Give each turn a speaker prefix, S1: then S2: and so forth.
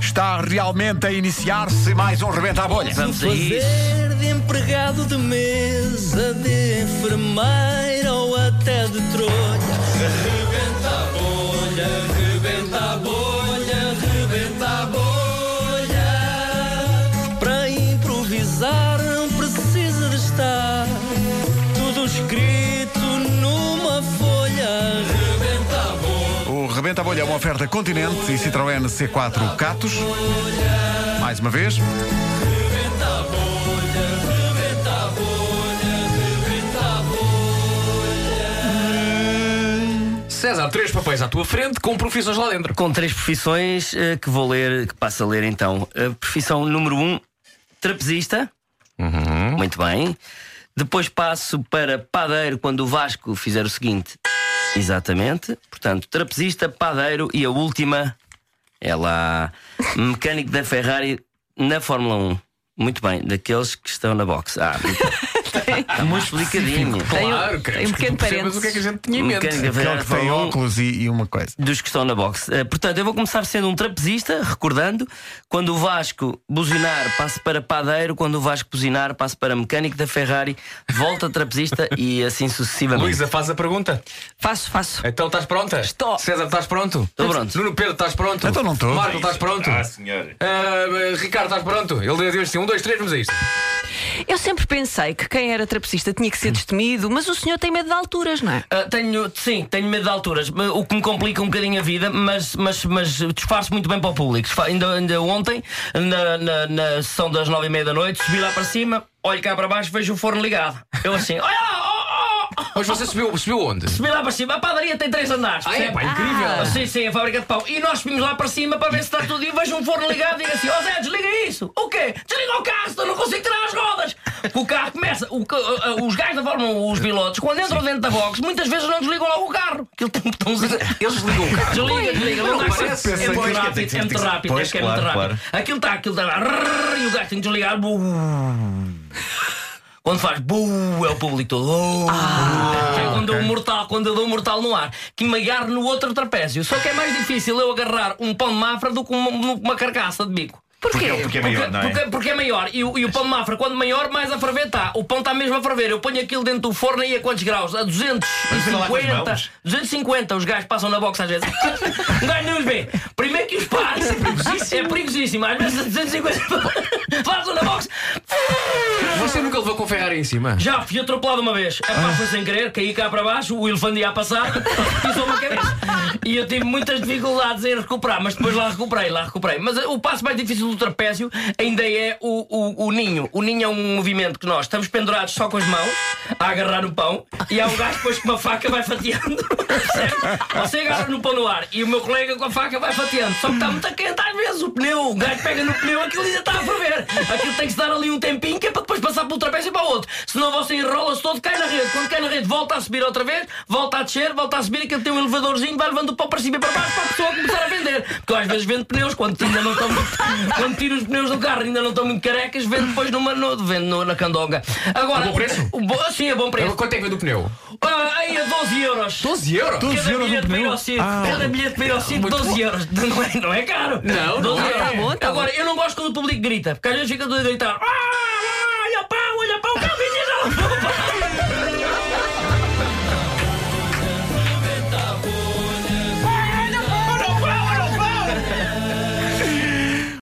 S1: Está realmente a iniciar-se mais um Rebenta à Bolha.
S2: Vamos a isso.
S3: Fazer de empregado de mesa, de enfermeira ou até de trolha. Rebenta a bolha, rebenta a bolha, rebenta a bolha. Para improvisar não precisa de estar tudo escrito numa folha. Rebenta a bolha.
S1: O Rebenta à Bolha é uma oferta Continente e Citroën C4 Catos. Mais uma vez.
S2: César, três papéis à tua frente com profissões lá dentro.
S4: com três profissões eh, que vou ler, que passo a ler então. A profissão número um, trapezista.
S1: Uhum.
S4: Muito bem. Depois passo para padeiro quando o Vasco fizer o seguinte. Exatamente. Portanto, trapezista, padeiro e a última é lá mecânico da Ferrari na Fórmula 1. Muito bem, daqueles que estão na box. Ah, muito bem. Está muito explicadinho.
S2: Claro,
S5: um-
S2: queremos
S5: tem um
S2: que
S5: pequeno
S2: tu percebas
S5: parênteses.
S2: o que é que a gente tinha em
S4: Mecânico
S2: mente.
S4: da
S1: Aquele
S4: Ferrari
S1: que tem
S4: Fórmula 1.
S1: óculos e, e uma coisa.
S4: dos que estão na box. Eh, portanto, eu vou começar sendo um trapezista, recordando, quando o Vasco buzinar, passo para padeiro, quando o Vasco buzinar, passo para mecânico da Ferrari, volta a trapezista e assim sucessivamente.
S2: Luísa, faz a pergunta.
S5: Faço, faço.
S2: Então estás pronta? Estou. César, estás pronto?
S4: Estou pronto.
S2: Nuno Pedro, estás pronto?
S1: Então não estou.
S2: Marco, estás pronto?
S6: Ah, senhor.
S2: Ah, Ricardo, estás pronto? Ele diz assim: um, dois, três, vamos a isto.
S5: Eu sempre pensei que quem era trapecista tinha que ser destemido, mas o senhor tem medo de alturas, não é?
S4: Ah, tenho, sim, tenho medo de alturas, mas- o que me complica um bocadinho a vida, mas, mas, mas disfarço muito bem para o público. Disfa- Ainda, ainda ontem, na, na, na sessão das nove e meia da noite, subi lá para cima, olho cá para baixo, vejo o forno ligado. Eu assim, olha lá, oh, oh,
S2: Mas você subiu, subiu onde?
S4: subi lá para cima, a padaria tem três andares.
S2: Ah, é, pá,
S4: percebe?
S2: incrível.
S4: Ah, Sim, sim, a fábrica de pão. E nós subimos lá para cima para ver se está tudo. E eu vejo um forno ligado e digo assim: Ó Zé, desliga isso. O quê? Desliga o carro, senão não consigo tirar as rodas. O carro começa. o ca- ah, ah, os gajos da Fórmula 1, os pilotos, quando entram dentro da box, muitas vezes não desligam logo o carro. Aquilo tem um botãozinho.
S2: Eles ligam o carro.
S4: Desliga, desliga, não dá
S2: parece.
S4: É
S6: Pensei
S4: muito
S6: que- tipo
S4: rápido, é muito rápido,
S6: Pois,
S4: é que é muito
S6: claro,
S4: rápido. Aquilo está, aquilo está. E o gajo tem que desligar. Bum. Quando faz bu é o público todo.
S6: Ah,
S4: Que é quando eu mortal, quando eu dou um mortal no ar, que me agarro no outro trapézio. Só que é mais difícil eu agarrar um pão de mafra do que uma, uma carcaça de bico.
S5: Porquê?
S6: Porque é maior, não é?
S4: porque, porque é maior. E, o- e o pão de mafra, quando maior, mais a ferver está. O pão está mesmo a ferver. Eu ponho aquilo dentro do forno e a quantos graus? A
S6: Mas não lava as
S4: 250.
S6: mãos?
S4: 250. Os gajos passam na box às vezes. um gajo nem os vê. Primeiro que os para. É perigosíssimo. Às vezes a 250. passam na box.
S2: Você nunca levou com o Ferrari em cima?
S4: Já fui atropelado uma vez. A pá foi sem querer, caí cá para baixo, o elefante ia a passar, pisou-me a cabeça. E eu tive muitas dificuldades em recuperar, mas depois lá recuperei, lá recuperei. Mas eh, o passo mais difícil do trapézio ainda é o, o, o ninho. O ninho é um movimento que nós estamos pendurados só com as mãos, a agarrar o pão, e há um gajo depois com uma faca vai fatiando. Percebe? Você agarra no pão no ar e o meu colega com a faca vai fatiando. Só que está muito quente às vezes o pneu. O gajo pega no pneu, aquilo ainda está a ferver. Aquilo tem que se dar ali um tempinho que é para depois passar pelo trapézio e para o outro. Senão você enrola-se todo, cai na rede. Quando cai na rede, volta a subir outra vez, volta a descer, volta a subir. Aquilo tem um elevadorzinho, vai levando o pau para cima e para baixo para a pessoa começar a vender. Porque eu às vezes vendo pneus, quando ainda não estão muito- Quando tiro os pneus do carro, ainda não estão muito carecas, vendo depois numa, no, vendo no- na candonga. Agora.
S2: A bom preço?
S4: o bo- sim, é bom preço.
S2: Quanto é que vende o pneu?
S4: Ah, aí a 12 euros.
S2: 12 euros?
S4: Cada bilhete para ir ao sítio, cada bilhete para ir ao sítio, 12 euros. Não é, não é caro.
S2: Ah. Não, não
S4: 12
S2: é.
S4: euros.
S5: Tá bom, tá
S4: Agora, eu não gosto quando o público grita, porque às vezes fica tudo a gritar. "Ah!"